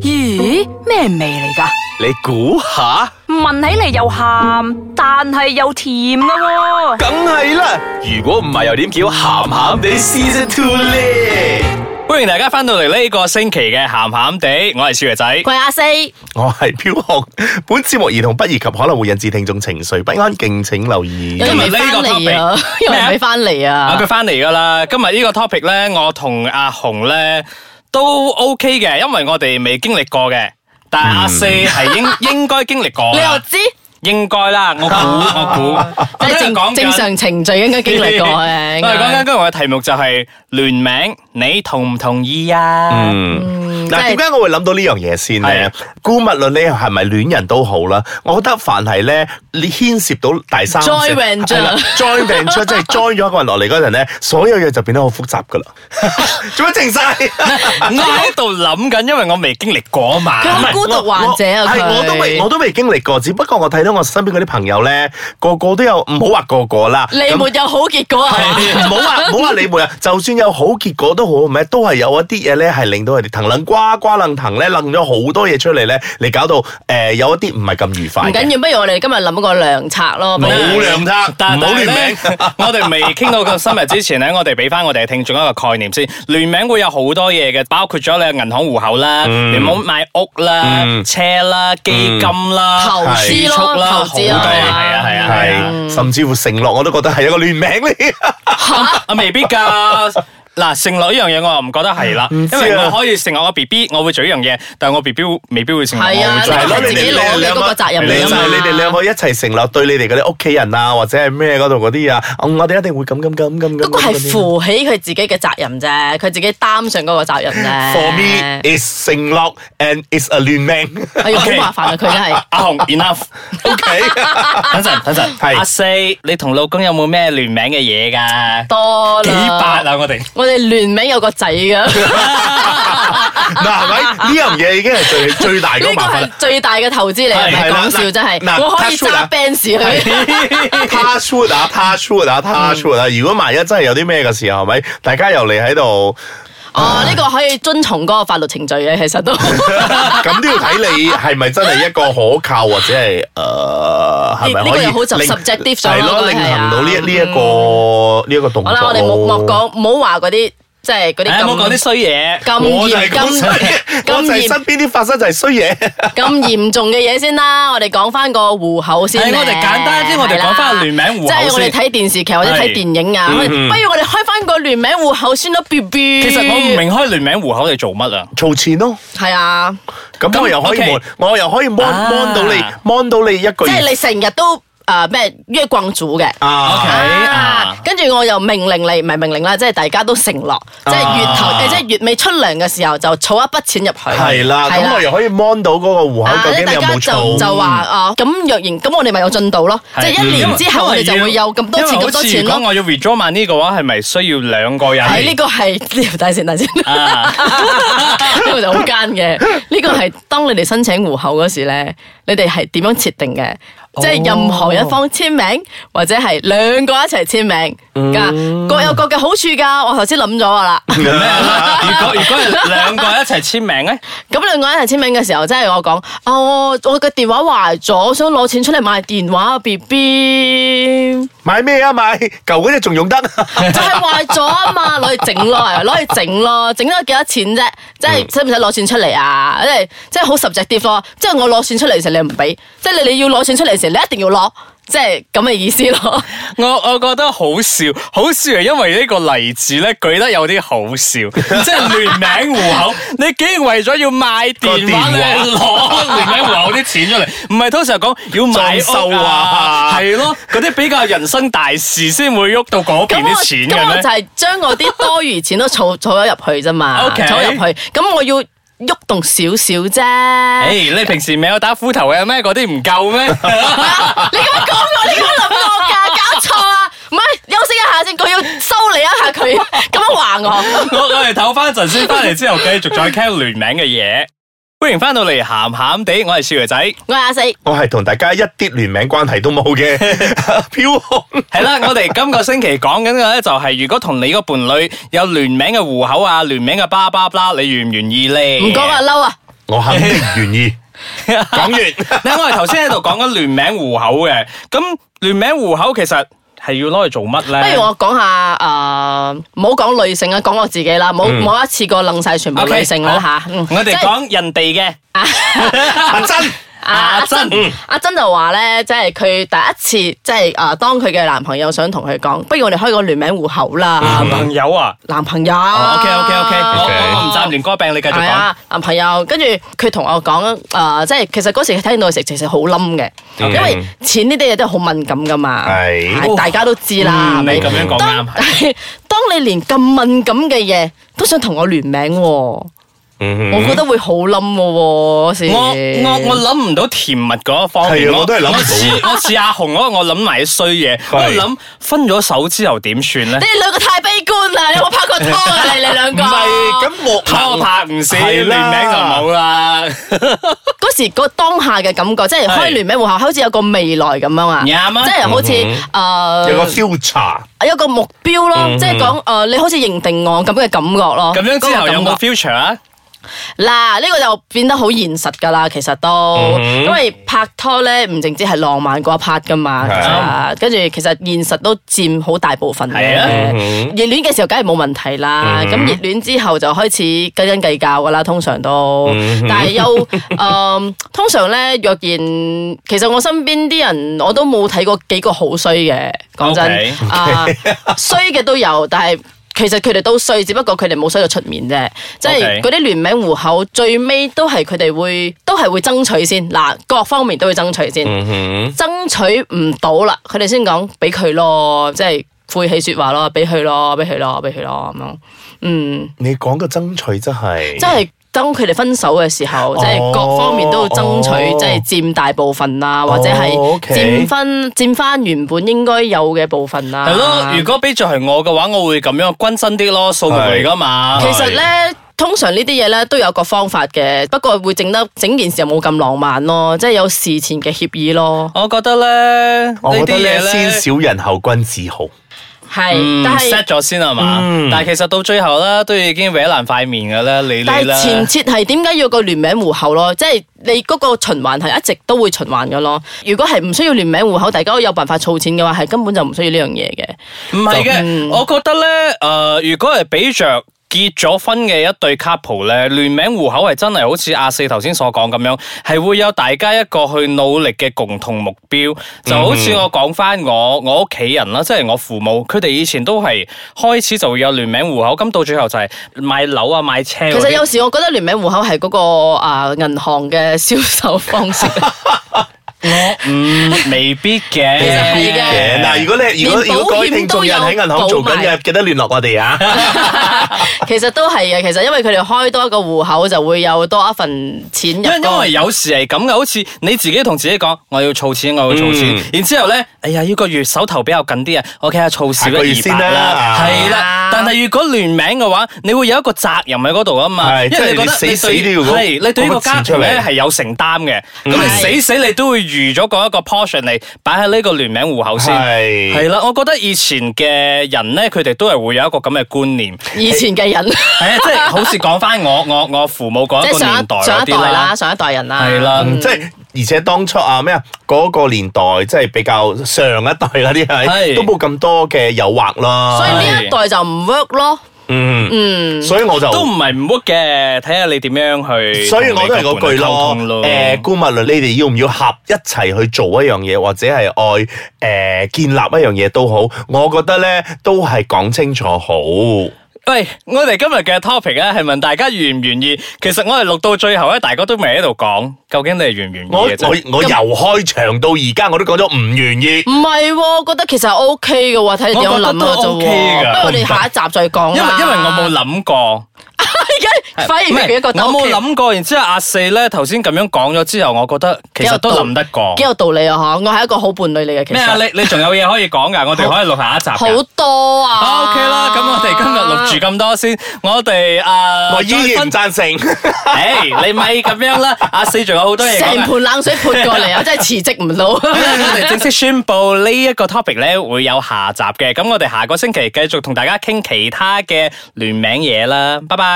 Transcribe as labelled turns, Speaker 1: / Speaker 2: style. Speaker 1: 咦，咩味嚟噶？
Speaker 2: 你估下，
Speaker 1: 聞起嚟又鹹，但係又甜噶喎、
Speaker 2: 梗係啦。如果唔係，又點叫鹹鹹地 Season Two 咧？
Speaker 3: 欢迎大家翻到嚟呢个星期嘅咸咸地，我系少爷仔。
Speaker 4: 佢阿四，
Speaker 2: 我係飄紅。本節目兒童不宜及可能會引致聽眾情緒不安，敬請留意
Speaker 4: 有。人未翻嚟啊，有人未翻嚟
Speaker 2: Ờ.
Speaker 3: 啊，
Speaker 4: 啊
Speaker 3: 佢，翻嚟噶啦。今日呢個 topic 咧，我同阿紅咧都 OK 嘅，因為我哋未經歷過嘅。但係阿四係 應應該經歷過
Speaker 4: 你又
Speaker 3: 㗎，
Speaker 4: 知？
Speaker 3: 應該啦。我估我
Speaker 2: Ờ,
Speaker 3: 估，我聽
Speaker 4: 即係
Speaker 3: 人
Speaker 4: 正
Speaker 3: 講緊
Speaker 4: 正常程序應該經歷過 嘅。
Speaker 3: 我哋講緊今日嘅題目就係聯名，你同唔同意啊？
Speaker 2: 嗯，
Speaker 4: 即
Speaker 2: 嗱，
Speaker 4: 係
Speaker 2: 點解我會諗到呢樣嘢先咧？姑勿論你係咪戀人都好啦，我覺得凡係咧，你牽涉到第三者
Speaker 4: Joint venture
Speaker 2: join venture 即係 join 咗一個人落嚟嗰陣咧，所有嘢就變得好複雜 噶啦。 做乜靜晒？
Speaker 3: 我喺度諗緊，因為我未經歷過啊嘛。
Speaker 4: 佢好孤獨患者啊！
Speaker 2: 係我都未，我
Speaker 4: 佢
Speaker 2: 都未經歷過。只不過我睇到我身邊嗰啲朋友咧，個個都有，唔好話個個啦。
Speaker 4: 你沒有好結果啊！
Speaker 2: 唔好 話唔好話你妹啊！就算有好結果都好，咩都係有一啲嘢咧，係令到佢哋騰楞瓜瓜楞騰咧，楞咗好多嘢出嚟咧，你搞到誒、呃有一啲唔係咁愉
Speaker 4: 唔
Speaker 2: 快嘅。
Speaker 4: 緊要，不如我哋今日諗個良策咯。
Speaker 2: 冇
Speaker 4: 不如
Speaker 2: 良策
Speaker 3: 但
Speaker 2: 唔好
Speaker 3: 但係
Speaker 2: 聯名
Speaker 3: 咧 我哋未傾到咁深入之前咧，我哋俾翻我哋嘅聽眾一個概念先。聯名會有好多嘢嘅，包括咗你嘅銀行户口啦，你冇買屋啦、車啦、基金啦、
Speaker 4: 投資咯
Speaker 3: 儲蓄啦
Speaker 4: 投資啊
Speaker 3: 好多嘢係啊係啊係啊，
Speaker 2: 係，甚至乎承諾我都覺得係一個亂名嚟。
Speaker 3: 啊未必㗎。 嗱，承諾呢樣嘢我又唔覺得係啦，
Speaker 2: 知
Speaker 3: 因
Speaker 2: 啊
Speaker 3: 為我可以承諾我 B B，我會做呢樣嘢，但我 B B 未必會承諾
Speaker 4: 係
Speaker 3: 我
Speaker 4: 啊
Speaker 3: 會做
Speaker 4: 呢個
Speaker 3: 咯。
Speaker 4: 係自己攞嘅嗰個責任
Speaker 2: 你
Speaker 4: 嚟
Speaker 2: 就
Speaker 4: 㗎嘛
Speaker 2: 係你哋兩個一齊承諾對你哋嗰啲屋企人啊，或者係咩嗰度嗰啲啊，嗯我哋一定會咁咁咁咁咁。
Speaker 4: 嗰個係
Speaker 2: 咁
Speaker 4: 負起佢自己嘅責任啫，佢自己擔上嗰個責任啫。
Speaker 2: For me
Speaker 4: Ah.
Speaker 2: is 承諾 and is a 亂名。
Speaker 4: 哎呀，好
Speaker 3: Okay
Speaker 4: 麻煩啊！佢真係。
Speaker 3: 阿紅，enough，
Speaker 2: OK。
Speaker 3: 等陣等陣，
Speaker 2: 係
Speaker 3: 阿四，你同老公有冇咩聯名嘅嘢㗎？
Speaker 4: 多
Speaker 3: 幾
Speaker 4: 啦，
Speaker 3: 百啊，我 哋。
Speaker 4: 我哋聯名有個仔噶，
Speaker 2: 嗱，係咪呢樣嘢已經係最最大嗰
Speaker 4: 呢
Speaker 2: 個
Speaker 4: 個
Speaker 2: 麻煩
Speaker 4: 係最大嘅投資嚟，
Speaker 3: 係
Speaker 4: 唔係
Speaker 2: 係啦
Speaker 4: 講笑
Speaker 2: 嗱
Speaker 4: 真
Speaker 2: 嗱
Speaker 4: 係，我可以
Speaker 2: touch wood 啊
Speaker 4: 揸 Benz 去。
Speaker 2: ？password 啊，password 啊，password 啊！如果萬一真係有啲咩嘅時候，係咪大家又嚟喺 度，
Speaker 4: 哦，呢個可以遵從嗰個法律程序嘅，其實都
Speaker 2: 咁都要睇你係咪真係一個可靠或者係誒係咪
Speaker 4: 呢呢個
Speaker 2: 可以
Speaker 4: 又好 subjective 上
Speaker 2: 係
Speaker 4: 咯
Speaker 2: 咯，
Speaker 4: 係
Speaker 2: 令
Speaker 4: 啊嗯
Speaker 2: 行到呢呢一個呢一個動
Speaker 4: 好
Speaker 2: 作咯。
Speaker 4: 啦，我哋冇莫講，唔好話嗰啲即係嗰啲
Speaker 3: 唉，唔好講啲
Speaker 4: 咁
Speaker 3: 衰嘢。
Speaker 4: 咁
Speaker 2: 我就係
Speaker 4: 嚴
Speaker 2: 講衰
Speaker 4: 咁
Speaker 2: 嘢，我
Speaker 4: 咁
Speaker 2: 就係
Speaker 4: 嚴
Speaker 2: 身邊啲發生就係衰嘢。
Speaker 4: 咁嚴重嘅嘢先啦，我哋講翻個户口先
Speaker 3: 係
Speaker 4: 咧。
Speaker 3: 我哋簡單啲我哋講返個聯名户口
Speaker 4: 即係我哋
Speaker 3: 先
Speaker 4: 睇電視劇或者
Speaker 3: 係
Speaker 4: 睇電影啊，
Speaker 2: 嗯
Speaker 4: 我哋
Speaker 2: 嗯
Speaker 4: 不如我哋開翻個聯名户口先啦，B B。
Speaker 3: 其實我唔，明開聯名户口嚟做乜啊？
Speaker 2: 儲錢咯，
Speaker 4: 係啊。
Speaker 2: 咁
Speaker 3: 咁
Speaker 2: 我又可以
Speaker 3: OK
Speaker 2: mon，我又可以 mon
Speaker 3: 啊
Speaker 2: mon 到你 mon 到你一
Speaker 3: 哎
Speaker 2: 個
Speaker 4: 即係
Speaker 2: 月
Speaker 4: 你成日都诶咩约逛主嘅。
Speaker 3: OK
Speaker 2: 啊，
Speaker 3: 啊
Speaker 4: 跟住我又命令你，唔係命令啦，即係大家都承諾，即係月頭，
Speaker 3: 啊
Speaker 4: 誒即係月尾出糧嘅時候就儲一筆錢入去。
Speaker 2: 係啦，
Speaker 4: 係
Speaker 2: 咁我又可以 mon 到嗰個户口
Speaker 4: 啊
Speaker 2: 究竟你
Speaker 4: 大
Speaker 2: 有
Speaker 4: 家
Speaker 2: 冇
Speaker 4: 就
Speaker 2: 儲。
Speaker 4: 就話啊，咁若然咁，我哋咪有進度咯，
Speaker 3: 哦
Speaker 4: 即係一年之後我哋就會有咁多錢咁多錢
Speaker 3: 因為好似如
Speaker 4: 咯。
Speaker 3: 果我要 withdraw 萬呢嘅話，係咪需要兩個人？
Speaker 4: 係呢個係呢條底線，底線。
Speaker 3: 啊，
Speaker 4: 呢個就好奸嘅。呢個係當你哋申請户口嗰時咧，你哋係點樣設定嘅？即係任何一方簽名，或者係兩個一齊簽名㗎，各有各嘅好處㗎。我頭先諗咗㗎啦。
Speaker 3: 如果如果係兩個一齊簽名咧，
Speaker 4: 咁兩個人一齊簽名嘅時候，即係我講，哦，我嘅電話壞咗，我想攞錢出嚟買電話啊，B B，
Speaker 2: 買咩啊？買舊嗰只仲用得，
Speaker 4: 就係壞咗啊嘛，攞去整咯，攞去整咯，整咗幾多錢啫？即係使唔使攞錢出嚟啊？即係即係好 subjective 咯，即係我攞錢出嚟嘅時候你又唔俾，即係你你要攞錢出嚟嘅時候你一定要攞，即係咁嘅意思 咯。
Speaker 3: 我我覺得好笑，好笑係因為呢個例子咧舉得有啲好笑，即係聯名户口，你竟然為咗要賣電話
Speaker 2: 個電話
Speaker 3: 你攞 聯名户口啲錢出嚟，唔係通常講要買
Speaker 2: 裝
Speaker 3: 屋
Speaker 2: 修
Speaker 3: 啊
Speaker 2: 啊，
Speaker 3: 係咯，嗰啲比較人生大事先會喐到嗰
Speaker 4: 咁
Speaker 3: 邊
Speaker 4: 我
Speaker 3: 啲錢
Speaker 4: 咁
Speaker 3: 嘅
Speaker 4: 我
Speaker 3: 咩
Speaker 4: 就？係將我啲多餘錢都儲儲咗入去啫嘛，
Speaker 3: OK
Speaker 4: 儲咗入去，咁我要喐動少少啫。
Speaker 3: 诶、你平時未有打斧頭嘅咩？嗰啲唔夠咩？
Speaker 4: 你咁樣講我，你咁樣諗我㗎，搞錯啊！唔係休息一下先，佢要收你一下佢，咁樣話我。
Speaker 3: 我我哋唞翻陣先，翻嚟之後繼續再傾聯名嘅嘢。歡迎翻到嚟，咸咸地，我係少爺仔。
Speaker 4: 我係阿四，
Speaker 2: 我係同大家一啲聯名關係都冇嘅， 飄紅。
Speaker 3: 係啦， 我哋今個星期講緊嘅咧就係，如果同你個伴侶有聯名嘅户口啊、聯名嘅巴巴啦，你願唔願意咧？
Speaker 4: 唔講啊嬲啊！
Speaker 2: 我肯定願意。 講完，
Speaker 3: 你睇我哋頭先喺度講緊聯名户口嘅，咁聯名户口其實係要攞嚟做乜咧？
Speaker 4: 不如我講下誒，唔好講女性啊，講我自己啦，冇冇一次過楞晒全
Speaker 3: 嗯
Speaker 4: 部
Speaker 3: OK，
Speaker 4: 女性啦
Speaker 3: 好
Speaker 4: 吓。嗯
Speaker 3: 我
Speaker 4: 即
Speaker 3: 哋
Speaker 4: 係
Speaker 3: 講人哋 嘅
Speaker 2: 阿珍，
Speaker 4: 啊阿珍，阿珍就話咧，即係佢第一次，即係誒，當佢嘅男朋友想同佢講，不如我哋開個聯名户口啦，
Speaker 3: 男朋友啊。
Speaker 4: 男朋友。哦
Speaker 3: OK OK OK，我
Speaker 2: OK
Speaker 3: 我唔贊連歌病，你繼續
Speaker 4: 係
Speaker 3: 講。
Speaker 4: 啊，男朋友，跟住佢同我講，誒、即係其實嗰時佢聽到食，其實好冧嘅，
Speaker 2: 嗯
Speaker 4: 因為錢呢啲嘢都係好敏感噶嘛，
Speaker 2: 係
Speaker 4: 係大家都知啦，係
Speaker 3: 嗯
Speaker 4: 咪
Speaker 3: 你咁樣講
Speaker 4: 當
Speaker 3: 啱，係
Speaker 4: 當你連咁敏感嘅嘢都想同我聯名喎，
Speaker 2: 嗯
Speaker 4: 我覺得會好冧嘅喎嗰時。
Speaker 3: 嗯我我我諗唔到甜蜜嗰一方面，
Speaker 2: 係啊我都係諗唔到
Speaker 3: 似我似阿紅嗰個，我諗埋啲衰嘢，我諗分咗手之後點算咧
Speaker 4: 你？哋兩個太悲觀啦！你有冇拍過拖 啊？你你兩個
Speaker 3: 唔係
Speaker 2: 咁我
Speaker 3: 拖拍唔死，
Speaker 2: 係
Speaker 3: 聯名就
Speaker 2: 啦
Speaker 3: 冇啦。
Speaker 4: 嗰時個當下嘅感覺，即係開
Speaker 3: 係
Speaker 4: 聯名戶口，好似有個未來咁樣啊，
Speaker 3: 啱啊
Speaker 4: 即係好似誒。
Speaker 2: 有個 future，
Speaker 4: 有個目標咯，即係講呃誒，你好似認定我咁嘅感覺
Speaker 3: 嗯
Speaker 4: 咯。
Speaker 3: 咁樣之後有
Speaker 4: 嗰個
Speaker 3: 冇
Speaker 4: 感覺
Speaker 3: future 啊？
Speaker 4: 嗱？呢個就變得好現實㗎啦，其實都，
Speaker 3: 嗯
Speaker 4: 因為拍拖咧唔淨止係浪漫嗰一 part 㗎嘛，
Speaker 2: 係
Speaker 3: 啊
Speaker 4: 其實跟住其實現實都佔好大部分嘅。嗯
Speaker 3: 係啊嗯
Speaker 4: 熱戀嘅時候梗係冇問題啦，咁熱戀之後就開始斤斤計較㗎啦，通常都，
Speaker 3: 嗯
Speaker 4: 但係又 誒，通常咧若然其實我身邊啲人我都冇睇過幾個好衰嘅，講真
Speaker 3: OK
Speaker 4: 啊。衰嘅都有，但係其實佢哋都衰，只不過佢哋冇衰到出面啫。即
Speaker 3: OK
Speaker 4: 係嗰啲聯名户口，最尾都係佢哋會，都係會爭取先。嗱，各方面都會爭取先，
Speaker 2: 嗯
Speaker 4: 爭取唔到啦，佢哋先講俾佢咯，即係晦氣說話咯，俾佢咯，俾佢咯，俾佢咯咁樣。嗯，
Speaker 2: 你講個爭取真係，
Speaker 4: 即係。當佢哋分手嘅時候，即係各方面都要爭取，
Speaker 2: 哦
Speaker 4: 即係佔大部分啊，或者係
Speaker 2: 哦，OK
Speaker 4: 佔分佔翻原本應該有嘅部分啊。
Speaker 3: 係咯，如果俾着係我嘅話，我會咁樣均真啲咯，數目嚟噶嘛。
Speaker 4: 其實咧，通常呢啲嘢咧都有個方法嘅，不過會整得整件事又冇咁浪漫咯，即係有事前嘅協議咯。
Speaker 3: 我覺得咧，呢
Speaker 2: 我
Speaker 3: 啲
Speaker 2: 覺得
Speaker 3: 嘢
Speaker 2: 咧
Speaker 3: 咧
Speaker 2: 先小人後君子好。
Speaker 4: 係，
Speaker 3: 嗯
Speaker 4: 但
Speaker 3: set
Speaker 4: 係
Speaker 3: 咗先係嘛
Speaker 2: 嗯？
Speaker 3: 但係其實到最後咧，都已經搲爛塊面㗎啦，你
Speaker 4: 但
Speaker 3: 你
Speaker 4: 係
Speaker 3: 啦。
Speaker 4: 前設係點解要個聯名户口咯？即係你嗰個循環係一直都會循環嘅咯。如果係唔需要聯名户口，大家都有辦法儲錢嘅話，係根本就唔需要呢樣嘢嘅。
Speaker 3: 唔係嘅，
Speaker 4: 嗯
Speaker 3: 我覺得咧，诶、如果係比着。結咗婚嘅一對 couple 咧，聯名户口係真係好似阿四頭先所講咁樣，係會有大家一個去努力嘅共同目標。
Speaker 4: 嗯
Speaker 3: 就好似我講翻我我屋企人啦，即係我父母，佢哋以前都係開始就會有聯名户口，咁到最後就係買樓啊、買車嗰
Speaker 4: 其
Speaker 3: 啲。
Speaker 4: 實有時我覺得聯名户口係嗰個啊銀行嘅銷售 方式，
Speaker 3: 嗯，未必嘅，
Speaker 4: 實係嘅
Speaker 2: 嘅嗱，如果你如果
Speaker 4: 連
Speaker 2: 如果各位
Speaker 4: 保險
Speaker 2: 聽眾
Speaker 4: 都
Speaker 2: 有人喺
Speaker 4: 有
Speaker 2: 銀行做緊
Speaker 4: 保
Speaker 2: 嘅，
Speaker 4: 埋
Speaker 2: 記得聯絡我哋啊。
Speaker 4: 其實都係嘅。其實因為佢哋開多一個户口就會有多一份錢入
Speaker 3: 因因
Speaker 4: 多
Speaker 3: 為有時係咁嘅，好似你自己同自己講，我要儲錢，我要儲錢，
Speaker 2: 嗯
Speaker 3: 然之後咧，哎呀，呢個月手頭比較緊啲啊，我睇下儲少
Speaker 2: 下個月
Speaker 3: 咗
Speaker 2: 先
Speaker 3: 二
Speaker 2: 啦
Speaker 3: 百啦，係啦
Speaker 4: 啊。
Speaker 3: 但係如果聯名嘅話，你會有一個責任喺嗰度啊嘛，
Speaker 2: 係
Speaker 3: 因為你覺得
Speaker 2: 即係你
Speaker 3: 你
Speaker 2: 死
Speaker 3: 對
Speaker 2: 死都要嗰
Speaker 3: 係你對呢個
Speaker 2: 嗰筆錢
Speaker 3: 家庭
Speaker 2: 出
Speaker 3: 咧
Speaker 2: 嚟嗯
Speaker 3: 係有承擔嘅，咁你死
Speaker 4: 係
Speaker 3: 死你都會預咗嗰一個 portion 嚟擺喺呢個聯名户口先。
Speaker 2: 係
Speaker 3: 係啦，我覺得以前嘅人咧，佢哋都係會有一個咁嘅觀念，
Speaker 4: 以前嘅 人。
Speaker 3: 係啊，即係好似講翻我我我父母嗰
Speaker 4: 即
Speaker 3: 一個
Speaker 4: 係上
Speaker 3: 年代
Speaker 4: 一上
Speaker 3: 嗰
Speaker 4: 一
Speaker 3: 啲
Speaker 4: 代
Speaker 3: 啦
Speaker 4: 啦，。上一代人啦，
Speaker 3: 係啦
Speaker 2: 即係而且當初啊咩啊嗰個年代，即係比較上一代嗰啲係
Speaker 3: 係
Speaker 2: 都冇咁多嘅誘惑啦。
Speaker 4: 所以呢一代就唔 work 咯。
Speaker 2: 嗯嗯，所以我就
Speaker 3: 都唔係唔 work 嘅，睇下你點樣去。
Speaker 2: 所以我都係嗰句咯
Speaker 3: 同你個伴侶溝通，咯
Speaker 2: 誒、姑勿論你哋要唔要合一齊去做一樣嘢，或者係愛誒、建立一樣嘢都好，我覺得咧都係講清楚好。
Speaker 3: 喂，我哋今日嘅 topic 咧係問大家願唔願意。其實我哋錄到最後咧，大家都未喺度講，究竟你係願唔願意
Speaker 2: 我
Speaker 3: 嘅啫。
Speaker 2: 我我由開場到而家我都講咗唔願意。
Speaker 4: 唔係喎，覺得其實 O K 嘅喎，睇你點樣諗嘅啫
Speaker 3: 我覺得都
Speaker 4: 喎。
Speaker 3: OK 㗎
Speaker 4: 不如我哋下一集再講
Speaker 3: 因為
Speaker 4: 啦
Speaker 3: 因為我冇諗過，
Speaker 4: 而家反而
Speaker 3: 唔係
Speaker 4: 佢一個
Speaker 3: 我冇諗過。然之後阿四咧頭先咁樣講咗之後，我覺得其實都諗得過
Speaker 4: 幾。有道理啊！嗬，我係一個好伴侶嚟嘅，其
Speaker 3: 咩啊？
Speaker 4: 實
Speaker 3: 你你仲有嘢可以講㗎？我哋可以錄下一集㗎。
Speaker 4: 好多
Speaker 3: 好
Speaker 4: 啊。
Speaker 3: OK 啦，咁我哋今日錄住咁多先，我哋啊，
Speaker 2: 我依 然唔贊成。
Speaker 3: 誒，你咪咁樣啦，阿四仲有好多嘢講㗎
Speaker 4: 成盤冷水潑過嚟，啊我真係辭職唔 到。
Speaker 3: 我哋正式宣布呢一個 topic 咧會有下集嘅，咁我哋下個星期繼續同大家傾其他嘅聯名嘢啦，拜拜。